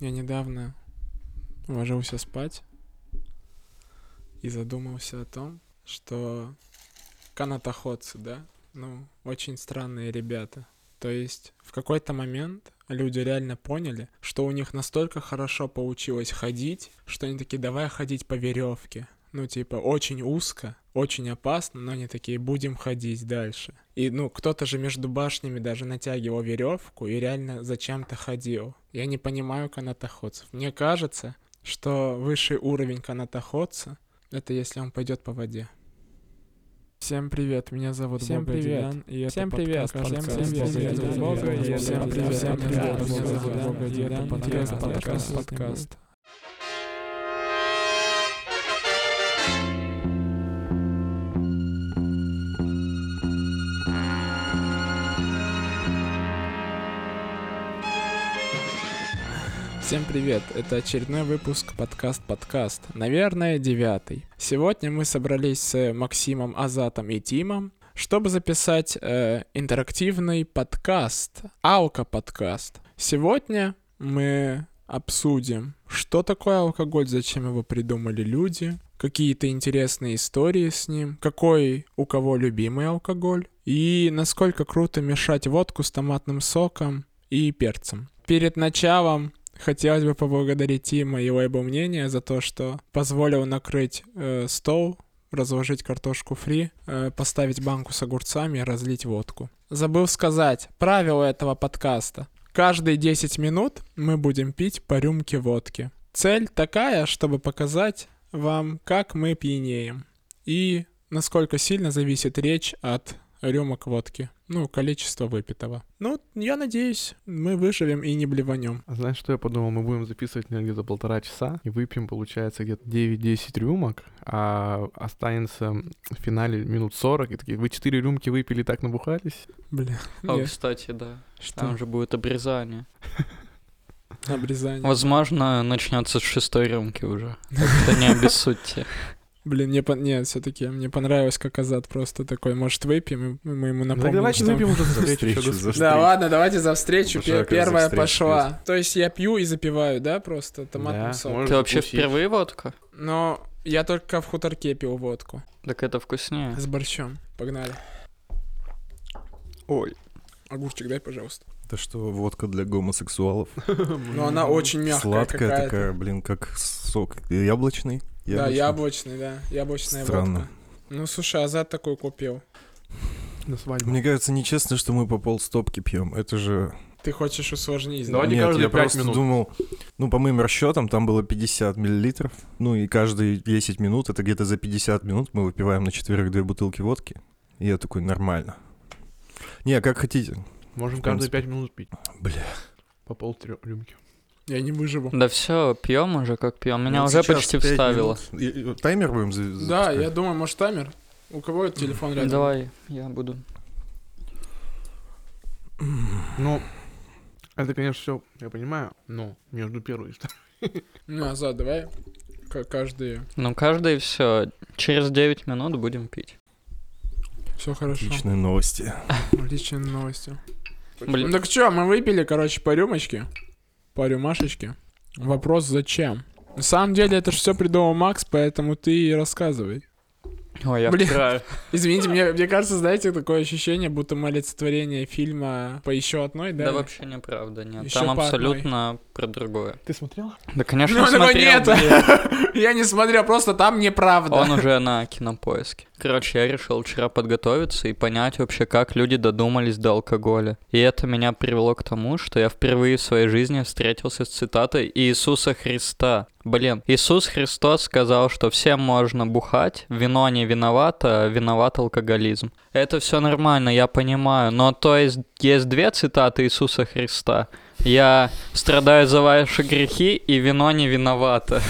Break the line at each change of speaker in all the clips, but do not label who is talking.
Я недавно ложился спать и задумался о том, что канатоходцы, да, ну, очень странные ребята. То есть в какой-то момент люди реально поняли, что у них настолько хорошо получилось ходить, что они такие, давай ходить по веревке. Ну, типа, очень узко, очень опасно, но они такие, будем ходить дальше. И, ну, кто-то же между башнями даже натягивал веревку и реально зачем-то ходил. Я не понимаю канатоходцев. Мне кажется, что высший уровень канатоходца — это если он пойдет по воде. Всем привет, меня зовут
Всем
Бога
привет.
Демьян, и это
Всем
подкаст
привет,
«Подкаст
всем привет,
Бога Демьяна».
меня зовут Бога, и это
Всем привет,
подкаст
всем привет,
«Подкаст
меня зовут
Бога
Бога
Демьяна».
Демьян, подкаст
Подкаст
«Подкаст
«Подкаст».
Демьян». Всем привет! Это очередной выпуск подкаст подкаст, наверное, девятый. Сегодня мы собрались с Максимом, Азатом и Тимом, чтобы записать э, интерактивный подкаст, алко подкаст. Сегодня мы обсудим, что такое алкоголь, зачем его придумали люди, какие-то интересные истории с ним, какой у кого любимый алкоголь и насколько круто мешать водку с томатным соком и перцем. Перед началом Хотелось бы поблагодарить Тима и его его мнение за то, что позволил накрыть э, стол, разложить картошку фри, э, поставить банку с огурцами и разлить водку. Забыл сказать правило этого подкаста. Каждые 10 минут мы будем пить по рюмке водки. Цель такая, чтобы показать вам, как мы пьянеем и насколько сильно зависит речь от рюмок водки. Ну, количество выпитого. Ну, я надеюсь, мы выживем и не блеванем.
А Знаешь, что я подумал? Мы будем записывать наверное, где-то полтора часа и выпьем, получается, где-то 9-10 рюмок, а останется в финале минут 40, и такие, вы 4 рюмки выпили и так набухались?
Бля.
О,
нет,
А, кстати, да.
Что?
Там же будет обрезание.
Обрезание.
Возможно, начнется с шестой рюмки уже. Так что не обессудьте.
Блин, мне по... нет, все-таки мне понравилось, как Азат просто такой, может, выпьем, и мы ему
Ну,
напомним,
так давайте
что-
выпьем уже за встречу.
встречу,
чё, господи.
за
Да
встречу.
ладно, давайте за встречу.
Пошла,
Пе-
как за
Первая
встречу,
пошла. То есть я пью и запиваю, да, просто томатным
Да,
соком.
можно
Ты вообще
закусить.
впервые водка?
Но я только в хуторке пил водку
Так это вкуснее.
с борщом. Погнали.
Ой.
Огурчик дай, пожалуйста.
Это что, водка для гомосексуалов?
Но Ну,
ну,
она очень мягкая
Сладкая
какая-то.
такая, блин, как сок яблочный?
Да,
Яблочный?
яблочный, да. Яблочная
Странно.
водка. Ну, слушай, Азат такой купил.
На свадьбу.
Мне кажется, нечестно, что мы по полстопки пьем. Это же...
Ты хочешь усложнить,
Да,
да?
они
Нет,
каждые
я
пять
просто
минут.
думал... Ну, по моим расчетам, там было 50 миллилитров. Ну, и каждые 10 минут, это где-то за 50 минут мы выпиваем на четверых две бутылки водки. И я такой, нормально. Не, а как хотите.
Можем
В
каждые
принципе.
5 минут пить.
Бля.
По пол рюмки.
Я не выживу.
Да все, пьем уже, как пьем.
Ну,
Меня
Вот
уже
Ну, сейчас
почти
пять
вставило.
минут. И- и Таймер будем за-
Да,
запускать?
я думаю, может, таймер? У кого телефон рядом?
Давай, я буду.
Ну, это, конечно, все, я понимаю, но между первой и второй.
Ну, Азат, давай к- каждый.
Ну, каждый все. Через 9 минут будем пить.
Все хорошо.
Отличные новости.
Личные новости. Ну
Блин,
так что, мы выпили, короче, по рюмочке. По рюмашечке. Вопрос зачем? На самом деле это же все придумал Макс, поэтому ты и рассказывай.
ой, я
блин.
втираю.
Извините, мне, мне кажется, знаете, такое ощущение, будто мы олицетворение фильма по еще одной, да?
Да вообще неправда, нет.
Ещё
Там
по одной.
абсолютно про другое.
Ты смотрел?
Да,
Ну,
конечно,
он такой,
смотрел,
«Нет».
блин.
Я не смотрел, просто там неправда.
Он уже на кинопоиске. Короче, я решил вчера подготовиться и понять вообще, как люди додумались до алкоголя. И это меня привело к тому, что я впервые в своей жизни встретился с цитатой Иисуса Христа. Блин, Иисус Христос сказал, что всем можно бухать, вино не виновато, а виноват алкоголизм. Это все нормально, я понимаю, но то есть есть две цитаты Иисуса Христа. Я страдаю за ваши грехи, и вино не виновато.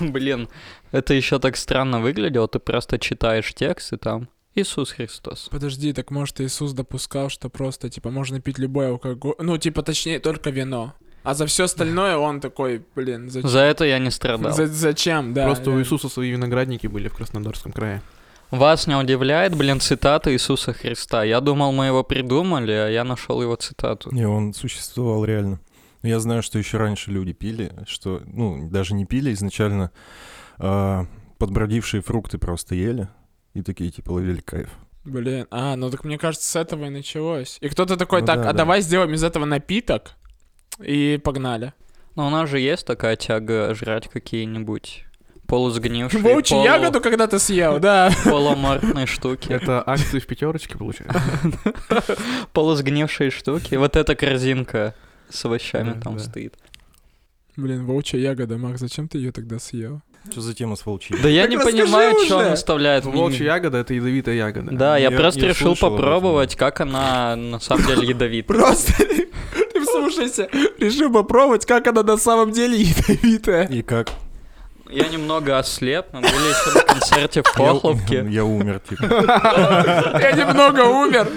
Блин, это еще так странно выглядело, ты просто читаешь текст и там Иисус Христос.
Подожди, так может Иисус допускал, что просто, типа, можно пить любой алкоголь. Ну, типа, точнее, только вино. А за все остальное он такой, блин, зачем?
За это я не страдал.
За- зачем, да.
Просто у
реально.
Иисуса свои виноградники были в Краснодарском крае.
Вас не удивляет, блин, цитата Иисуса Христа. Я думал, мы его придумали, а я нашел его цитату.
Не, он существовал реально. Но я знаю, что еще раньше люди пили, что, ну, даже не пили, изначально а, подбродившие фрукты просто ели и такие, типа, ловили кайф.
Блин, а, ну так мне кажется, с этого и началось. И кто-то такой,
Ну
так,
да,
а
да.
давай сделаем из этого напиток. И погнали.
Но у нас же есть такая тяга жрать какие-нибудь полусгнившие,
Волчью
полу-
ягоду когда ты съел, да.
полуамортные штуки.
Это акции в пятерочке, получается.
Полусгнившие штуки. Вот эта корзинка с овощами
Да,
там
да.
стоит.
Блин, волчья ягода, Макс, зачем ты ее тогда съел?
Что за тема с волчьей?
Да я
Так
не
расскажи
понимаю,
уже.
что он оставляет.
Ну,
мне.
Волчья ягода — это ядовитая ягода.
Да, я,
Я-
просто
я
решил
слышал об этом, да.
попробовать, как она на самом деле ядовита.
Просто, ты слушайся, решил попробовать, как она на самом деле ядовитая.
И как?
Я немного ослеп, мы были еще на концерте в
Я-
Похлопке.
Я умер, типа.
Я немного умер.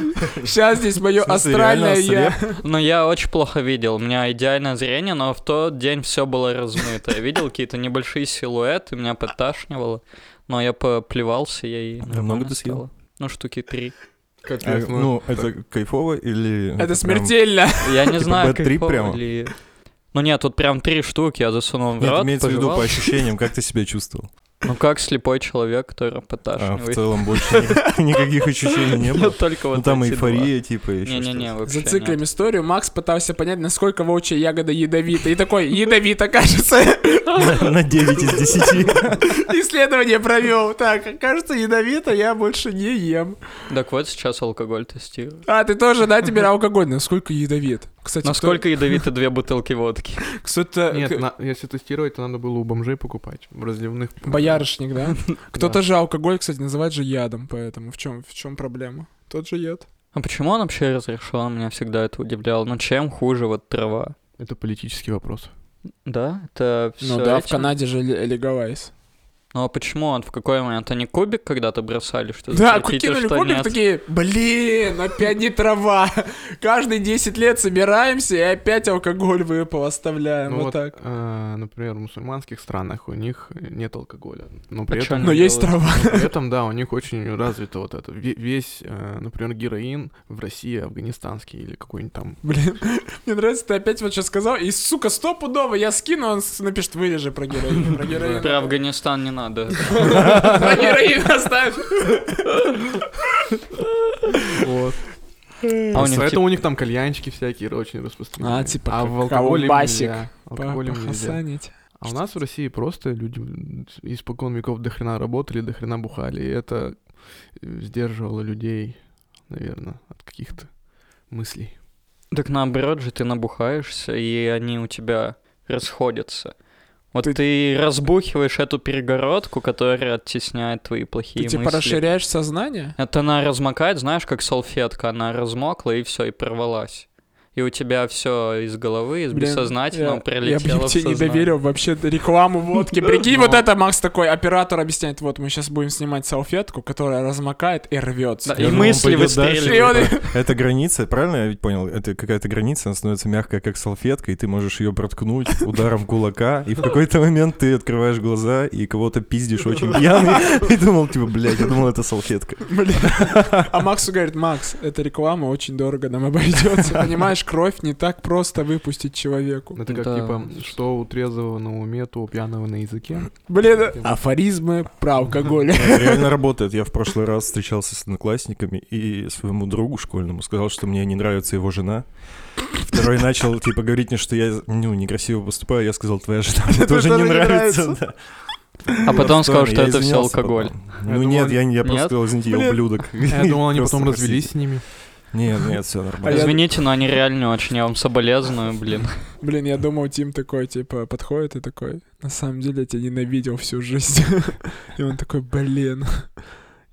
Сейчас здесь мое
В смысле,
астральное
реально
я.
Но я очень плохо видел, у меня идеальное зрение, но в тот день все было размыто. Я видел какие-то небольшие силуэты, меня подташнивало, но я поплевался, я и...
А много
нормально
ты съел?
стало. Ну, штуки три.
А,
Капец, ну.
Ну, это кайфово или...
Это
прям-
смертельно.
Я не
Типа
знаю,
Б3
кайфово
прямо?
ли- Ну нет, тут прям три штуки я засунул в
Нет,
рот,
имеется в виду
пожевал.
по ощущениям, как ты себя чувствовал.
Ну как слепой человек, который
А в
подташнивает.
целом больше ни- никаких ощущений не
Ну,
было.
только вот
Ну там
эти два.
эйфория, типа, еще
Не-не-не, вообще
Зациклим
нет.
историю. Макс пытался понять, насколько волчья ягода ядовита. И такой, ядовита, кажется.
На 9 из 10.
Исследование провел. Так, кажется, ядовито, я больше не ем.
Так вот, сейчас алкоголь тестирую.
А, ты тоже, да, тебе алкоголь? Насколько ядовит? Кстати,
Насколько ядовиты две бутылки водки?
кто- кто-то...
Нет,
к-
на- если тестировать, то надо было у бомжей покупать, в разливных.
Боярышник, да? Кто-то
Да.
же алкоголь, кстати, называет же ядом, поэтому в чем в чем проблема? Тот же яд.
А почему он вообще разрешен? Меня всегда это удивляло. Ну чем хуже вот трава?
Это политический вопрос.
Да, это все.
Ну да, в Канаде же ле- легалайз.
Ну а почему он в какой момент? Они кубик когда-то бросали, что
Да,
запретить, а
кинули
что
кубик
нет?
такие, блин, опять не трава. Каждые 10 лет собираемся и опять алкоголь выпал оставляем.
Ну
Э, Вот
вот,
так.
а, например, в мусульманских странах у них нет алкоголя. Но при,
А чё
этом,
они
Но есть
делают?
трава.
но при этом, да, у них очень развито вот это. Ве- Весь, э, например, героин в России, афганистанский или какой-нибудь там.
Блин, мне нравится, ты опять вот сейчас сказал, и, сука, стопудово я скину, он с- напишет, вырежи про героин, про героин.
Про Афганистан не надо.
Про героин оставь.
Вот.
А у них
Поэтому
типа-
у них там кальянчики всякие очень распространены.
А, типа
а
как-
в алкоголе им
колбасик.
нельзя. Алкоголь им нельзя.
Похасанить.
А у нас в России просто люди испокон веков до хрена работали, до хрена бухали. И это э, сдерживало людей, наверное, от каких-то мыслей.
Так наоборот же ты набухаешься, и они у тебя расходятся. Вот ты,
Ты-
разбухиваешь эту перегородку, которая оттесняет твои плохие
Ты типа
мысли.
расширяешь сознание?
Это она размокает, знаешь, как салфетка, она размокла и все, и порвалась. И у тебя все из головы, из
Блин,
бессознательного
Я-
пролетело
Я бы
в
тебе не
сознание.
доверил вообще рекламу водки. Прикинь,
Но-
вот это Макс такой, оператор объясняет, вот мы сейчас будем снимать салфетку, которая размокает и
Да,
рвется.
и
Я думал,
мысли
он пойдет дальше. типа,
И
выстреливают.
он-
Это граница, правильно я ведь понял? Это какая-то граница, она становится мягкая, как салфетка, и ты можешь ее проткнуть ударом кулака, и в какой-то момент ты открываешь глаза и кого-то пиздишь очень пьяный, и думал, типа, блядь, я думал, это салфетка.
Блин. А Максу говорит, Макс, эта реклама очень дорого нам обойдется. Понимаешь, кровь не так просто выпустить человеку.
Это как
Да.
типа, что у трезвого на уме, то у пьяного на языке.
Блин, афоризмы про алкоголь.
Э, Реально работает. Я в прошлый раз встречался с одноклассниками и своему другу школьному сказал, что мне не нравится его жена. Второй начал, типа, говорить мне, что я, ну, некрасиво поступаю. Я сказал, твоя жена мне тоже не
тоже не
нравится.
нравится.
да.
А потом
Я
сказал, что
я
это все
извинялся
алкоголь.
потом.
Я
Ну
думал,
нет, я не- я
Нет?
просто сказал, извините, я
Блин.
ублюдок.
Я думал, они
Просто
потом развелись
простите.
с ними.
Нет, нет, все
А я-
нормально.
Извините, но они реально очень, я вам соболезную, блин.
Блин, я думал, Тим такой, типа, подходит и такой, на самом деле я тебя ненавидел всю жизнь. И он такой, блин.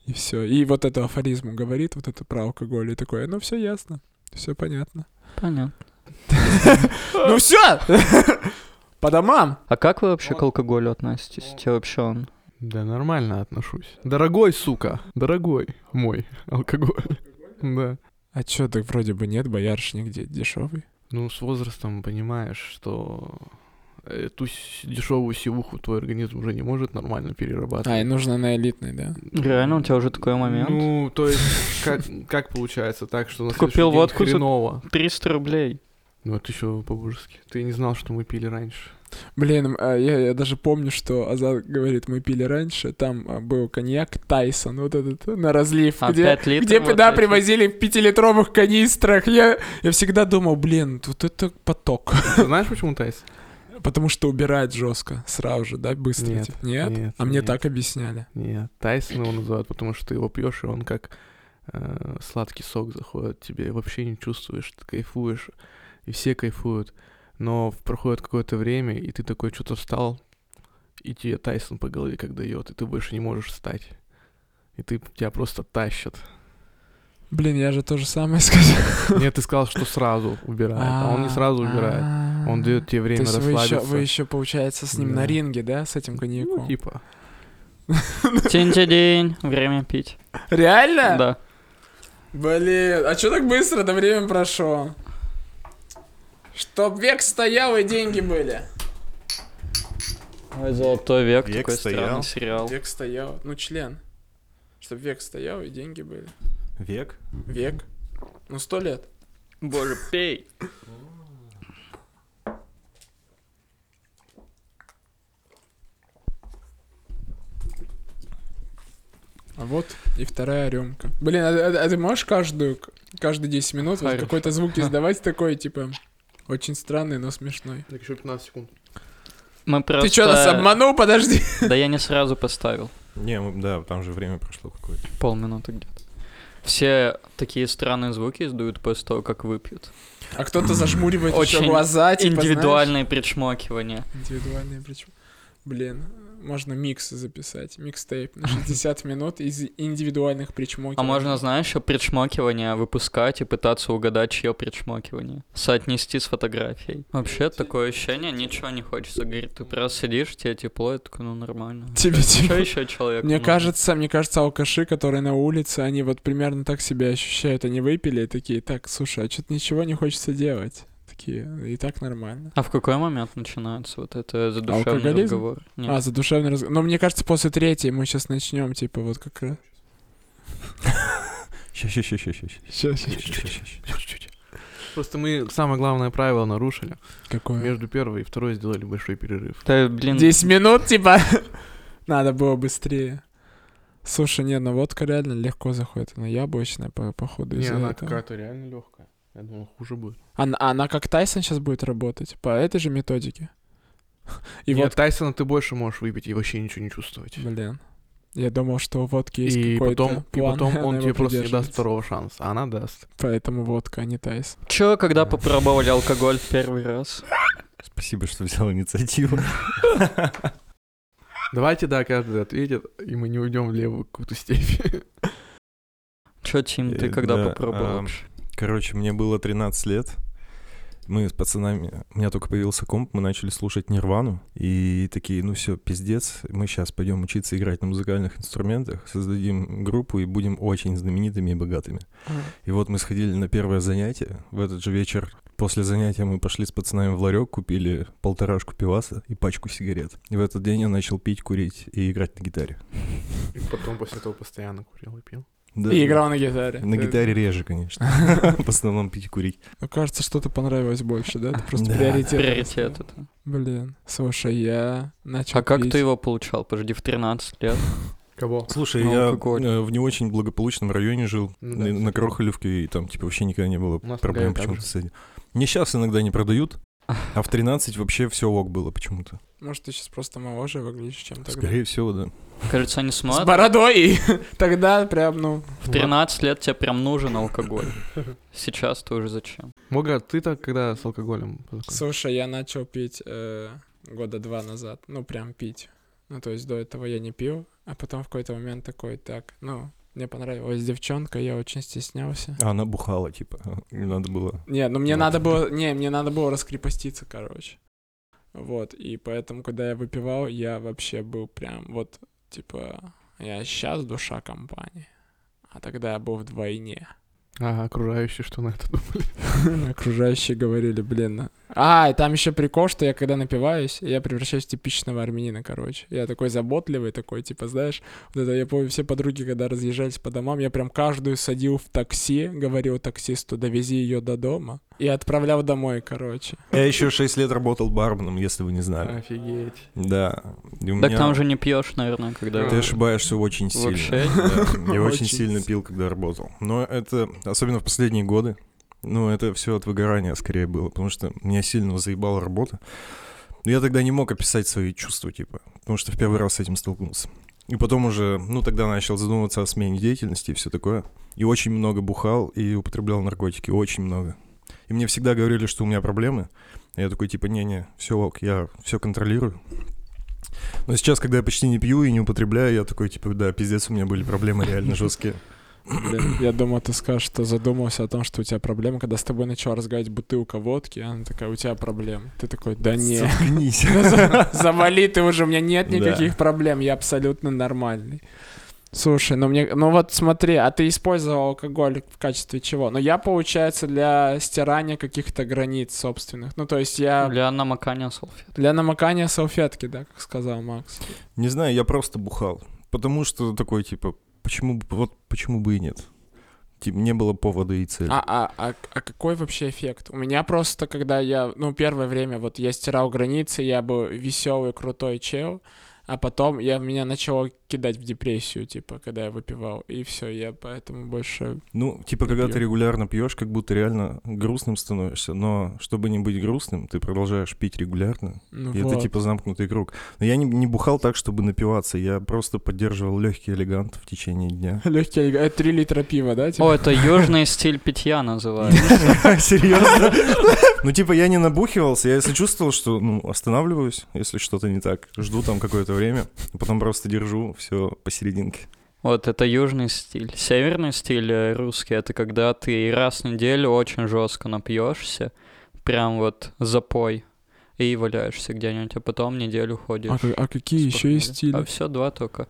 И все. И вот это афоризм говорит, вот это про алкоголь. И такой, ну все ясно, все понятно.
Понятно.
Ну все! По домам!
А как вы вообще к алкоголю относитесь? Тебе вообще он?
Да нормально отношусь. Дорогой, сука, дорогой мой алкоголь. Да.
А чё, так вроде бы нет, боярышник где дешевый.
Ну, с возрастом понимаешь, что эту дешевую сивуху твой организм уже не может нормально перерабатывать.
А, и нужно на элитный, да?
Реально у тебя уже такой момент?
Ну, то есть, как, как получается так, что на
Ты купил
следующий день
водку за-
хреново.
300 рублей.
Ну, это еще по-божески. Ты не знал, что мы пили раньше.
Блин, а, я, я даже помню, что Азат говорит, мы пили раньше, там а, был коньяк Тайсон, вот этот, на разлив,
А
где,
5 литров?
где,
вот
да,
эти?
привозили в пятилитровых канистрах. Я, я всегда думал, блин, тут это поток.
Ты знаешь, почему Тайс?
Потому что убирает жестко, сразу же, да, быстро.
Нет,
типа. Нет?
нет,
а мне
нет.
так объясняли.
Нет, Тайсон его называют, потому что ты его пьешь, и он как э, сладкий сок заходит тебе, вообще не чувствуешь, ты кайфуешь, и все кайфуют. Но в- проходит какое-то время, и ты такой что-то встал, и тебе Тайсон по голове как дает, и ты больше не можешь встать. И ты, тебя просто тащат.
Блин, я же то же самое сказал.
Нет, ты сказал, что сразу убирает, а он не сразу убирает. Он дает тебе
а. То
время
есть вы еще, вы
расслабиться.
еще, получается, с ним на
Да.
ринге, да, с этим
Ну,
коньяком?
типа.
Тинь-тинь-динь, время пить.
Реально?
Да.
Блин, а что так быстро да время прошло? Чтоб век стоял и деньги были.
Ой, золотой век,
Век
такой
стоял.
странный сериал.
Век стоял, ну член. Чтоб век стоял и деньги были.
Век?
Век. Ну сто лет.
Боже, пей.
А вот и вторая рюмка. Блин, а, а- а ты можешь каждую, каждые 10 минут вот
Хорошо.
какой-то звук издавать такой, типа, очень странный, но смешной.
Так еще 15 секунд.
Мы просто...
Ты что, нас обманул? Подожди.
Да я не сразу поставил.
Не, мы- да, там же время прошло какое-то.
Полминуты где-то. Все такие странные звуки издают после того, как выпьют.
А кто-то зажмуривает еще
Очень
глаза, типа, знаешь?
Индивидуальные причмокивания.
Индивидуальные причем. Блин, можно микс записать, микстейп на 60 минут из индивидуальных причмокеров.
А можно, знаешь, еще причмокивания выпускать и пытаться угадать, чье причмокивание. Соотнести с фотографией. Вообще, такое ощущение, ничего не хочется. Говорит, ты просто сидишь, тебе тепло, и такой, ну нормально.
Тебе
Что
типа...
еще человек?
Мне кажется, мне кажется, алкаши, которые на улице, они вот примерно так себя ощущают. Они выпили и такие, так, слушай, а что-то ничего не хочется делать. Такие, и так нормально.
А в какой момент начинается вот это задушевный
Алкоголизм?
разговор? Нет.
А, задушевный разговор. Но мне кажется, после третьей мы сейчас начнем, типа, вот как раз.
Ща, ща, ща, ща, ща, ща,
Сейчас.
ща, ща, ща, ща.
Просто мы самое главное правило нарушили.
Какое?
Между ну, первой и второй сделали большой перерыв.
Да, блин,
10 минут, типа. Надо было быстрее. Слушай, не, ну водка реально легко заходит. Она яблочная, по- походу,
Не,
из-за
она
этого.
какая-то реально легкая. Я думал, хуже будет.
Она, она как Тайсон сейчас будет работать? По этой же методике? И
И
вот,
вот Тайсона ты больше можешь выпить и вообще ничего не чувствовать.
блин. Я думал, что у водки есть
И
какой-то
потом, и
план,
потом
она
он
его
тебе просто не даст
придерживается.
второго шанса, а она даст.
Поэтому водка, а не Тайсон.
Чё, когда попробовали алкоголь в первый раз?
Спасибо, что взял инициативу.
Давайте, да, каждый ответит, и мы не уйдем в левую какую-то степь.
Чё, Тим, ты
Э,
когда
да,
попробовал
ам,
вообще?
Короче, мне было 13 лет. Мы с пацанами, у меня только появился комп, мы начали слушать Нирвану. И такие, ну все, пиздец, мы сейчас пойдем учиться играть на музыкальных инструментах, создадим группу и будем очень знаменитыми и богатыми. И вот мы сходили на первое занятие. В этот же вечер после занятия мы пошли с пацанами в ларек, купили полторашку пиваса и пачку сигарет. И в этот день я начал пить, курить и играть на гитаре.
И потом после этого постоянно курил и пил.
Да,
И играл на гитаре.
На
Ты-
гитаре реже, конечно. В основном пить, и курить.
Ну, кажется, что-то понравилось больше, да? Ты просто
Да.
приоритет.
Приоритет это.
Блин, слушай, я начал
А как
пить.
ты его получал? Подожди, в 13 лет.
Кого?
Слушай,
Ну,
я
алкоголь.
э, в не очень благополучном районе жил,
Ну
на-
да.
на Крохолевке, и там типа вообще никогда не было
У нас
проблем
продают так
почему-то
же.
с этим. Мне сейчас иногда не продают, а в 13 вообще все ок было почему-то.
Может, ты сейчас просто моложе выглядишь, чем тогда.
Скорее всего, да.
Кажется, они
Ну
С
смотрят.
бородой, и тогда прям, ну...
В 13 лет тебе прям нужен алкоголь. Сейчас ты уже зачем?
Мога, ты так когда с алкоголем? познакомился?
Слушай, я начал пить э, года два назад. Ну, прям пить. Ну, то есть до этого я не пил, а потом в какой-то момент такой, так, ну, мне понравилась девчонка, я очень стеснялся.
А она бухала, типа. Не надо было.
Не, ну мне
Вот.
надо было, не, мне надо было раскрепоститься, короче. Вот, и поэтому, когда я выпивал, я вообще был прям, вот, типа, я сейчас душа компании, а тогда я был вдвойне.
А окружающие что на это думают?
Окружающие говорили, блин, А, и там еще прикол, что я когда напиваюсь, я превращаюсь в типичного армянина, короче. Я такой заботливый, такой, типа, знаешь, вот это, я помню, все подруги, когда разъезжались по домам, я прям каждую садил в такси, говорил таксисту, довези ее до дома, и отправлял домой, короче.
Я еще 6 лет работал барменом, если вы не знали.
Офигеть.
Да. И у
Так
меня-
там же не пьешь, наверное, когда...
Ты ошибаешься очень сильно.
Вообще?
Да, Я
Очень
очень сильно пил, когда работал. Но это, особенно в последние годы, ну, это все от выгорания скорее было, потому что меня сильно заебала работа. Но я тогда не мог описать свои чувства, типа, потому что в первый раз с этим столкнулся. И потом уже, ну, тогда начал задумываться о смене деятельности и все такое. И очень много бухал и употреблял наркотики, очень много. И мне всегда говорили, что у меня проблемы. А я такой, типа, не-не, все ок, я все контролирую. Но сейчас, когда я почти не пью и не употребляю, я такой, типа, да, пиздец, у меня были проблемы реально жесткие.
Блин, я думал, ты скажешь, что задумался о том, что у тебя проблема, когда с тобой начала разговаривать бутылка водки, а она такая, у тебя проблемы. Ты такой, да не.
Заткнись.
Да за- Завали ты уже, у меня нет
Да.
никаких проблем, я абсолютно нормальный. Слушай, ну мне, ну вот смотри, а ты использовал алкоголь в качестве чего? Ну я, получается, для стирания каких-то границ собственных. Ну то есть я
А, Для намокания салфет.
для намокания салфетки, да, как сказал Макс.
Не знаю, я просто бухал. Потому что такой, типа, почему, бы- вот почему бы и нет? Типа, не было повода и цели.
А, а, а, а какой вообще эффект? У меня просто, когда я, ну, первое время, вот я стирал границы, я был веселый, крутой чел, а потом я меня начало кидать в депрессию, типа, когда я выпивал, и все, я поэтому больше...
Ну, типа,
не
когда
пью.
ты регулярно пьешь, как будто реально грустным становишься. Но чтобы не быть грустным, ты продолжаешь пить регулярно.
Ну,
И это
вот.
типа замкнутый круг. Но я не, не бухал так, чтобы напиваться. Я просто поддерживал легкий элегант в течение дня.
Легкий, э, три литра пива, да? типа?
О, это южный стиль питья называется.
Серьезно? Ну, типа, я не набухивался, я если чувствовал, что, ну, останавливаюсь, если что-то не так, жду там какое-то время, и потом просто держу все посерединке.
Вот, это южный стиль. Северный стиль э, русский это когда ты раз в неделю очень жестко напьешься, прям вот запой, и валяешься где-нибудь, а потом неделю ходишь.
А, ка- а какие еще есть
спокойно.
стили?
А все два только.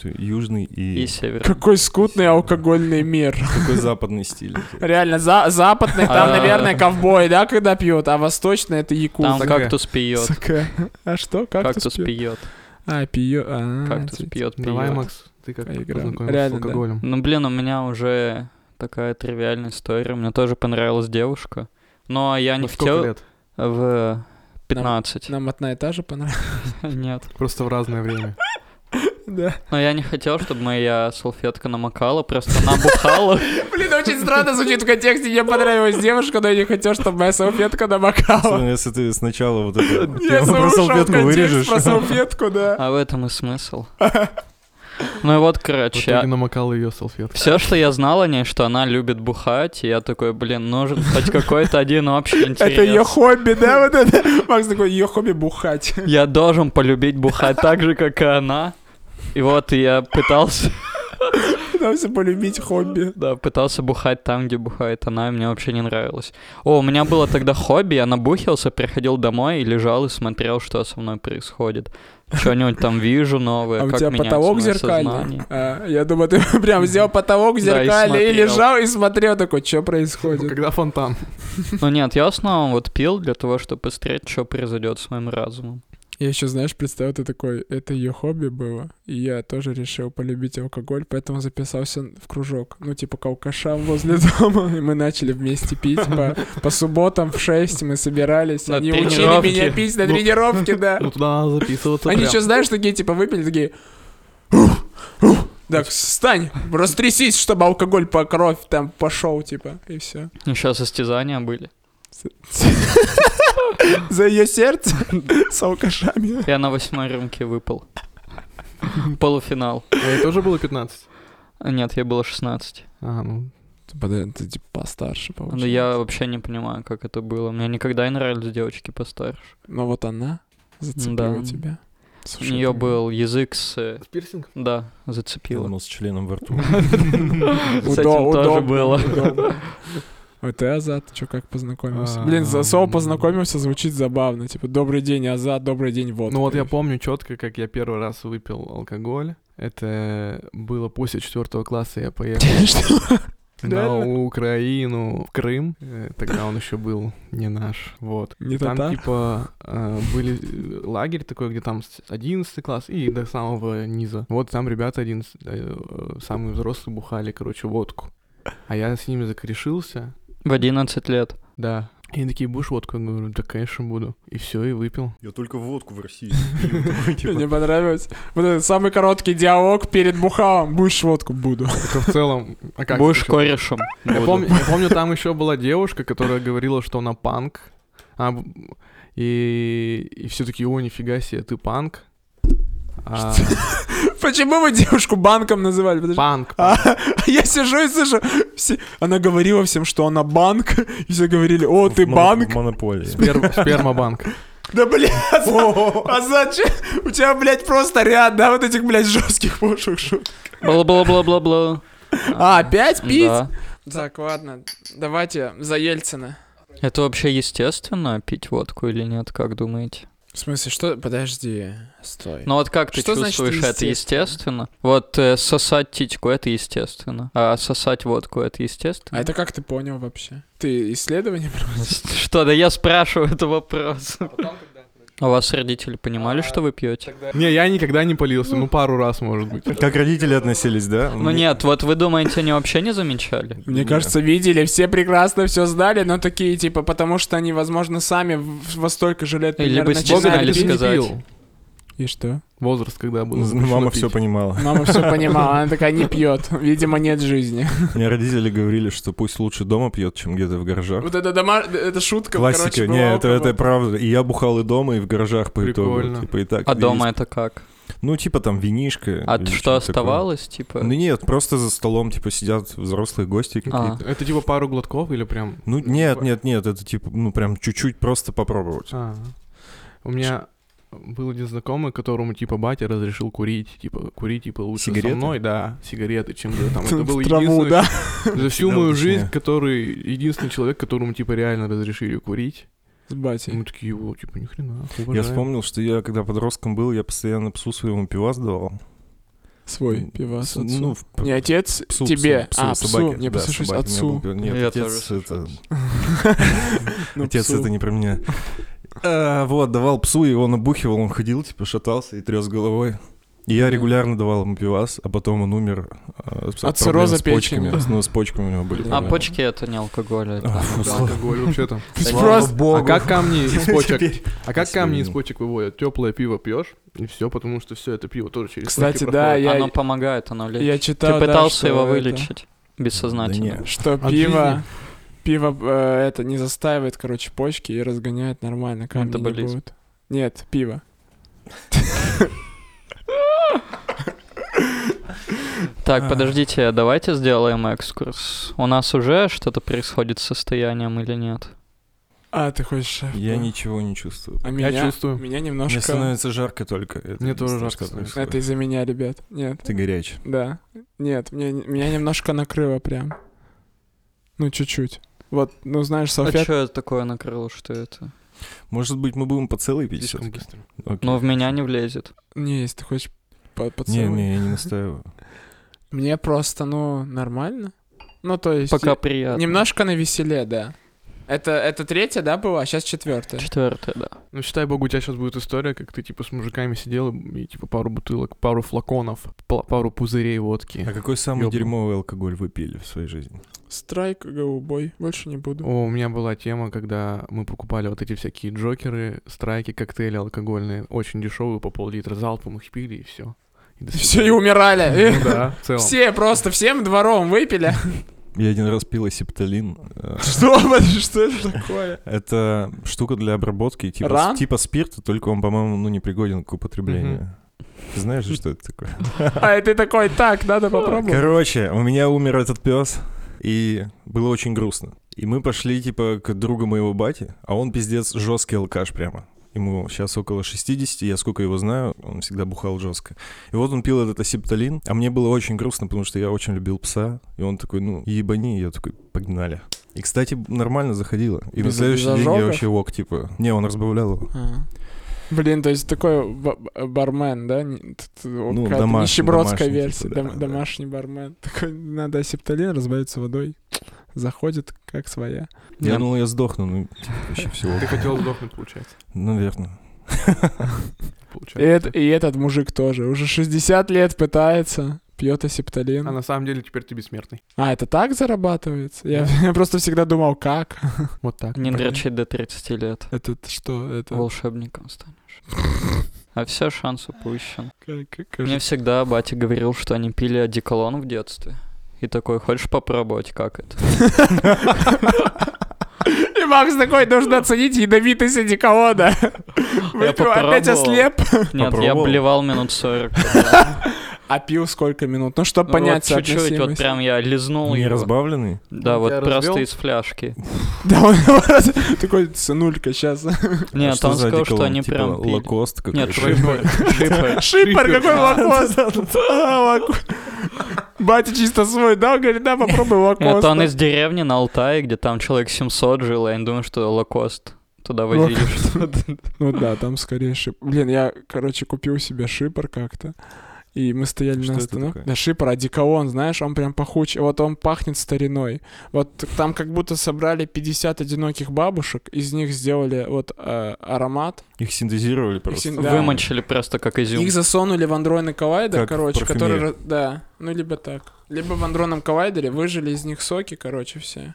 То Южный
И
и
северный.
Какой скутный алкогольный мир.
такой западный стиль.
Реально, за, западный, там,
А.
наверное, ковбои, да, когда пьют, а восточный это
Там
якут.
Кузака.
кактус пьет.
А что?
Кактус
Кактус пьет?
пьет.
А, пьет. а,
Кактус
типа.
пьет,
Давай,
пьет.
Макс, ты как
Поиграем.
познакомился с
Реально, да.
алкоголем?
Ну, блин, у меня уже такая тривиальная история. Мне тоже понравилась девушка. Но я не
Во Ну, сколько
хотел
лет?
в 15.
Нам одна и та же понравилась.
Нет.
Просто в разное время.
Да.
Но я не хотел, чтобы моя салфетка намокала, просто она бухала.
Блин, очень странно звучит в контексте. Мне понравилась девушка, но я не хотел, чтобы моя салфетка намокала.
Особенно, Если ты сначала вот это
Я
про
слушал
салфетку
контекст
вырежешь.
про салфетку, да.
А в этом и смысл. Ну и вот,
В итоге
короче,
намокал ее салфетка.
все, что я знал о ней, что она любит бухать, и я такой, блин, нужен хоть какой-то один общий
Это ее
интерес.
хобби, да, вот это? Макс такой, ее хобби бухать.
Я должен полюбить бухать так же, как и она. И вот я пытался,
Пытался полюбить хобби.
да, пытался бухать там, где бухает она, и мне вообще не нравилось. О, у меня было тогда хобби, я набухился, приходил домой и лежал и смотрел, что со мной происходит. Что-нибудь там вижу новое,
А у
Э, как
тебя
меняется
потолок
моё
зеркальный?
сознание.
А, Я думаю, ты прям взял потолок
Да, и
зеркальный и
смотрел.
лежал и смотрел такой, что происходит.
Когда фонтан?
Ну нет, я в основном вот пил для того, чтобы посмотреть, что произойдет с моим разумом.
Я еще, знаешь, представил, ты такой, это ее хобби было, и я тоже решил полюбить алкоголь, поэтому записался в кружок, ну, типа к алкашам возле дома, и мы начали вместе пить по, по субботам в 6 мы собирались,
На
они учили
тренировки.
меня пить на
Ну,
тренировке, да.
Ну туда надо записываться
Они
прям.
еще, знаешь, такие, типа, выпили, такие, «Ух, ух». так, встань, растрясись, чтобы алкоголь по кровь там пошел, типа, и все.
Еще состязания были.
За ее сердце с алкашами.
Я на восьмой рюмке выпал. Полуфинал.
А ей тоже было 15?
Нет, я было 16.
А, ну,
Ты типа постарше,
Но Ну, я вообще не понимаю, как это было. Мне никогда не нравились девочки постарше.
Но вот она зацепила
Да.
тебя.
У
Слушай,
нее
это-
был язык с... э,
пирсинг?
Да,
Я
зацепила.
думал, с членом во рту.
С
Удо-
этим тоже
удобно,
было.
удобно. Вот ты Азат, что как познакомился?
А,
Блин, за слово
м.
познакомился звучит забавно. Типа, добрый день, Азат, добрый день, вот.
Ну вот я помню четко, как я первый раз выпил алкоголь. Это было после четвертого класса, я поехал. на Украину, в Крым. Э, Тогда он еще был не наш. Вот.
Не
Там,
татар?
типа, э, были э, лагерь такой, где там с 11 класс и до самого низа. Вот там ребята 11, э, э, самые взрослые бухали, короче, водку. А я с ними закрешился,
В 11 лет.
да. И они такие, будешь водку? Я говорю, да, конечно, буду. И все, и выпил.
Я только водку в России пью, такой, типа,
Мне понравилось. Вот этот самый короткий диалог перед бухалом. Будешь водку? Буду.
Это в целом... А как
Будешь
еще?
корешем.
Я
Буду.
помню, я помню, там еще была девушка, которая говорила, что она панк. А, б- и, и все таки о, нифига себе, ты панк. А,
Почему вы девушку банком называли? Подожди.
панк.
А, я сижу и слышу, все- она говорила всем, что она банк, и все говорили, о,
в
ты
моно-
банк.
в Монополии.
Спер- спермобанк.
Да, блядь, а зачем? У тебя, блядь, просто ряд, да, вот этих, блядь, жестких пошлых шуток.
Бла-бла-бла-бла-бла.
А, опять пить?
Да.
Так, ладно, давайте за Ельцина.
Это вообще естественно, пить водку или нет, как думаете?
В смысле, что? Подожди, стой.
Ну вот как ты
Что значит
чувствуешь это
естественно?
естественно? Вот э, сосать титьку это естественно, а сосать водку это естественно.
А это как ты понял вообще? Ты исследование
Что, да я спрашиваю этот вопрос. А у вас
А,
родители понимали, что вы пьете?
Не, я никогда не полился, ну пару раз, может быть.
Как родители относились, да?
Ну нет, вот вы думаете, они вообще не замечали?
Мне
Нет.
кажется, видели, все прекрасно все знали, но такие, типа, потому что они, возможно, сами в- во столько же лет
Или
примерно
бы
начинали
стесняли
пить.
сказать.
И что?
Возраст, когда был.
Мама все понимала.
Мама все понимала, она такая, не пьет, видимо, нет жизни.
Мне родители говорили, что пусть лучше дома пьет, чем где-то в гаражах.
Вот это дома, это шутка,
Классика.
короче, была
Не,
у
это,
кого.
это правда. И я бухал и дома, и в гаражах по
Прикольно.
итогу. Типа, и так,
А
и-
дома это как?
Ну, типа там винишка.
А
или
что
что-то
оставалось, типа?
такое. Ну нет, просто за столом, типа, сидят взрослые гости какие-то.
А,
Это типа пару глотков или прям...
Ну нет, нет, нет, это типа, ну прям чуть-чуть просто попробовать.
А. У меня был один знакомый, которому типа батя разрешил курить, типа курить типа лучше
Сигареты?
со мной, да, сигареты, чем я там. Это
В
был
траву,
единственный
да?
за всю
Всегда
мою
уточняю.
жизнь, который единственный человек, которому типа реально разрешили курить.
С
И
батей.
мы такие, его типа ни хрена.
Я
уважаем».
вспомнил, что я, когда подростком был, я постоянно псу своему пивас давал.
Свой пивас отцу.
Ну, в-
не отец,
псу,
тебе,
псу,
а,
псу,
псу,
собаке,
не
да,
послушаюсь,
собаке у меня был
отцу.
пивас. Нет,
Я
отец,
тоже
это...
Ну,
Отец,
псу.
это не про меня. А, Вот, давал псу, его набухивал, он ходил, типа, шатался и тряс головой. И я регулярно давал ему пивас, а потом он умер а, с-
От
проблемы
цирроза
с почками.
печени.
Ну, с почками у него были.
а
проблемы.
почки это не алкоголь. это-
А, фу,
Да,
слава
алкоголь вообще там.
Слава
Просто-
богу.
А как камни из почек?
Теперь.
А как камни из
Извини.
почек выводят? Теплое пиво пьешь, и все, потому что все это пиво тоже через
Кстати,
почки
да,
проходит.
Я-
Оно помогает, оно лечит.
Я читал,
Ты
да,
пытался
что
его
это-
вылечить бессознательно.
Да не.
Что
От
пиво, пиво э, это не застаивает, короче, почки и разгоняет нормально, камни не
Метаболизм.
будут. Нет, пиво.
Так,
А.
подождите, давайте сделаем экскурс. У нас уже что-то происходит с состоянием или нет?
А, ты хочешь... э,
Я
пиво?
ничего не чувствую.
А
Я
меня,
чувствую.
меня
Мне
немножко...
становится жарко только. Это
Мне тоже
единственное,
жарко
что
становится.
происходит.
Это из-за меня, ребят. Нет,
Ты горяч.
да. Нет, мне- меня немножко накрыло прям. Ну, чуть-чуть. Вот, ну, знаешь,
А
салфет...
что это такое накрыло, что это?
Может быть, мы будем по целой пить
Слишком
всё-таки?
быстро.
Окей.
Ну, в меня не влезет.
Не, если ты хочешь по-
Не,
поцелуй.
не, я не настаиваю.
Мне просто, ну, нормально. Ну, то есть...
Пока приятно.
Немножко на веселе, да. Это, это третья, да, а была? Сейчас четвертая.
Четвертое, да.
Ну, считай, богу, у тебя сейчас будет история, как ты, типа, с мужиками сидел и, и, типа, пару бутылок, пару флаконов, пла- пару пузырей водки.
А какой самый
Ёбну.
дерьмовый алкоголь вы пили в своей жизни?
Страйк голубой. Больше не буду.
О, у меня была тема, когда мы покупали вот эти всякие джокеры, страйки, коктейли алкогольные, очень дешевые, по пол-литра, залпом их пили, и все.
Все, и умирали.
Ну да, в целом.
Все просто всем двором выпили.
Я один раз пил септалин. э,
Что, что это такое?
Это штука для обработки типа,
Ран?
с- типа спирта, только он, по-моему, ну, не пригоден к употреблению. Ты знаешь, же, что это такое?
А и ты такой, так, надо попробовать.
Короче, у меня умер этот пес, и было очень грустно. И мы пошли, типа, к другу моего бати, а он, пиздец, жесткий алкаш прямо. Ему сейчас около 60, я сколько его знаю, он всегда бухал жестко. И вот он пил этот асепталин, а мне было очень грустно, потому что я очень любил пса. И он такой, ну, ебани, и я такой, погнали. И, кстати, нормально заходило. И
Без-
на
без
следующий день я
ожогов?
вообще ок, типа. Не, он разбавлял его.
А. Блин, то есть такой ба- ба- бармен, да? Не- т- т- он
Ну,
какая-то
домашний,
нищебродская
домашний,
версия,
типа, да,
дом-
да.
домашний бармен. Такой, надо асептолин разбавиться водой. Заходит, как своя.
Я
Не,
думал, я сдохну, ну, типа, вообще всего.
Ты хотел сдохнуть, получается.
Наверное.
И,
получается.
эт- и этот мужик тоже. Уже 60 лет пытается, пьет асептолин.
А на самом деле теперь ты бессмертный.
А, это так зарабатывается? Я, я просто всегда думал, как?
Вот так.
Не
Понятно.
дрочить до 30 лет.
Это т- что? Это...
Волшебником станешь. А все, шанс упущен.
к- к- к-
Мне всегда батя говорил, что они пили одеколон в детстве. И такой, хочешь попробовать, как это?
И Макс такой, нужно оценить ядовитость одеколона. Вы что, опять
попробовал.
ослеп?
Нет, я
Попробовал?
блевал минут 40.
А пил сколько минут? Ну, чтобы
Ну,
понять
вот чуть-чуть, вот
соотносимость.
прям я
Ну,
лизнул
Не
его.
разбавленный?
Да,
Я
вот
развел.
просто из фляжки.
Да, он раз- такой, сынулька, сейчас.
Нет,
А Что
он
за
сказал, что
одеколон?
они
Типа
прям пили.
лакост какой-то?
Нет, шипы. Шипы.
Шипер, какой лакост. А, лакост. Батя чисто свой дал, говорит, да, попробуй лакост.
Ну, Это он из деревни на Алтае, где там человек 700 жил, и они думают, что лакост туда возили.
Ну да, там скорее шип. Блин, я, короче, купил себе шипор как-то. И мы стояли
Что
на
это
остановке.
такое?
Да шипор, одеколон, знаешь, он прям пахучий. Вот он пахнет стариной. Вот там как будто собрали 50 одиноких бабушек, из них сделали вот э, аромат.
Их синтезировали просто.
син- да.
Вымочили просто как изюм.
Их засунули в андроидный коллайдер,
Как в
короче, который...
парфюмерии.
ра- Да, ну либо так. Либо в андронном коллайдере выжили из них соки, короче, все.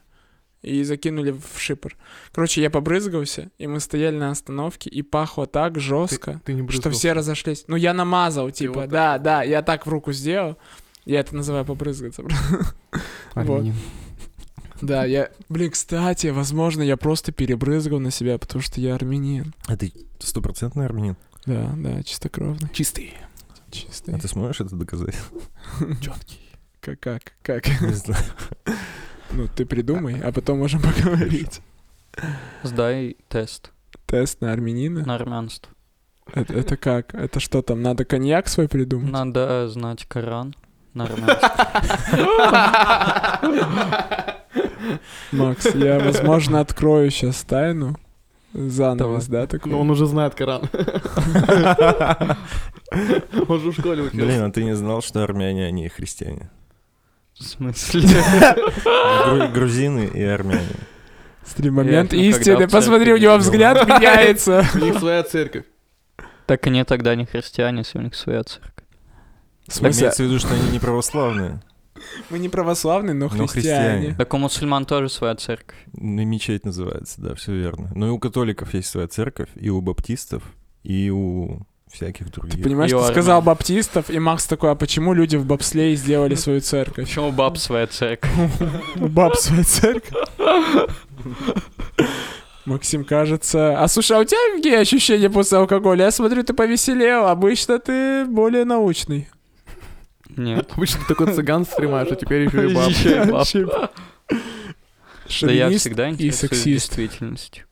И закинули в шипор. Короче, я побрызгался, и мы стояли на остановке, и пахло так жестко.
Ты не
Что
брызгал.
все разошлись. Ну, я намазал, типа,
вот
да, да, я так в руку сделал. Я это называю побрызгаться.
Армянин.
Да, я... Блин, кстати, возможно, я просто перебрызгал на себя, потому что я армянин.
А ты стопроцентный армянин?
Да, да, чистокровный.
Чистый.
Чистый.
А ты сможешь это доказать?
Четкий.
Как, как, как?
Не знаю.
Ну, ты придумай, а потом можем поговорить.
Сдай тест
Тест на армянина?
на армянство.
Это, это как? Это что там, надо коньяк свой придумать?
Надо знать Коран на армянском.
Макс, я, возможно, открою сейчас тайну. Занавес, да, такой?
Но Ну, он уже знает Коран. Он же в школе учился.
Блин, а ты не знал, что армяне, они и христиане?
В смысле?
Гру- Грузины и армяне.
Смотри, момент
их никогда в
истины.
церкви
Посмотри, у
не
него
видел.
взгляд меняется.
У них своя церковь.
Так они тогда не христиане, если у них своя церковь.
В
Имеется в виду, что они не православные.
мы не православные, но
Но
христиане.
христиане.
Так у мусульман тоже своя церковь.
Ну, и Мечеть называется, да, все верно. Но и у католиков есть своя церковь, и у баптистов, и у всяких
Ты
других.
понимаешь,
И у
ты
армян.
сказал баптистов, и Макс такой, а почему люди в бобслее сделали свою церковь?
Почему баб своя церковь?
У баб свою церковь? Максим, кажется... А слушай, а у тебя какие ощущения после алкоголя? Я смотрю, ты повеселел. Обычно ты более научный.
Нет.
Обычно ты такой цыган стримаешь, а теперь еще и баб.
Ещё и баб.
Чип.
Да я
Шовинист
всегда
и
интересуюсь
сексист.
действительностью.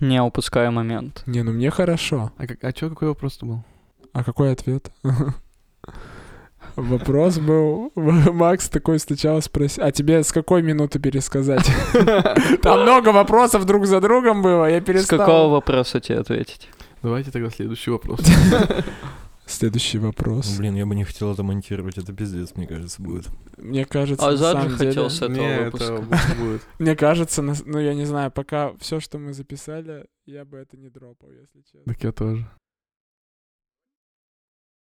Не упускаю момент.
Не, ну мне хорошо.
А, как, а чё, какой вопрос был?
А какой ответ? Вопрос был, Макс такой сначала спросил, а тебе с какой минуты пересказать? Там много вопросов друг за другом было, я
С
перестал.
какого вопроса тебе ответить?
Давайте тогда следующий вопрос.
Следующий вопрос.
Ну, Блин, я бы не хотел это монтировать, это пиздец, мне кажется, будет.
Мне кажется, на
Азад же
самом деле-
А хотел с
Не,
этого
это
выпуска.
бу- будет.
Мне кажется, на- ну я не знаю, пока все, что мы записали, я бы это не дропал, если честно.
Так я тоже.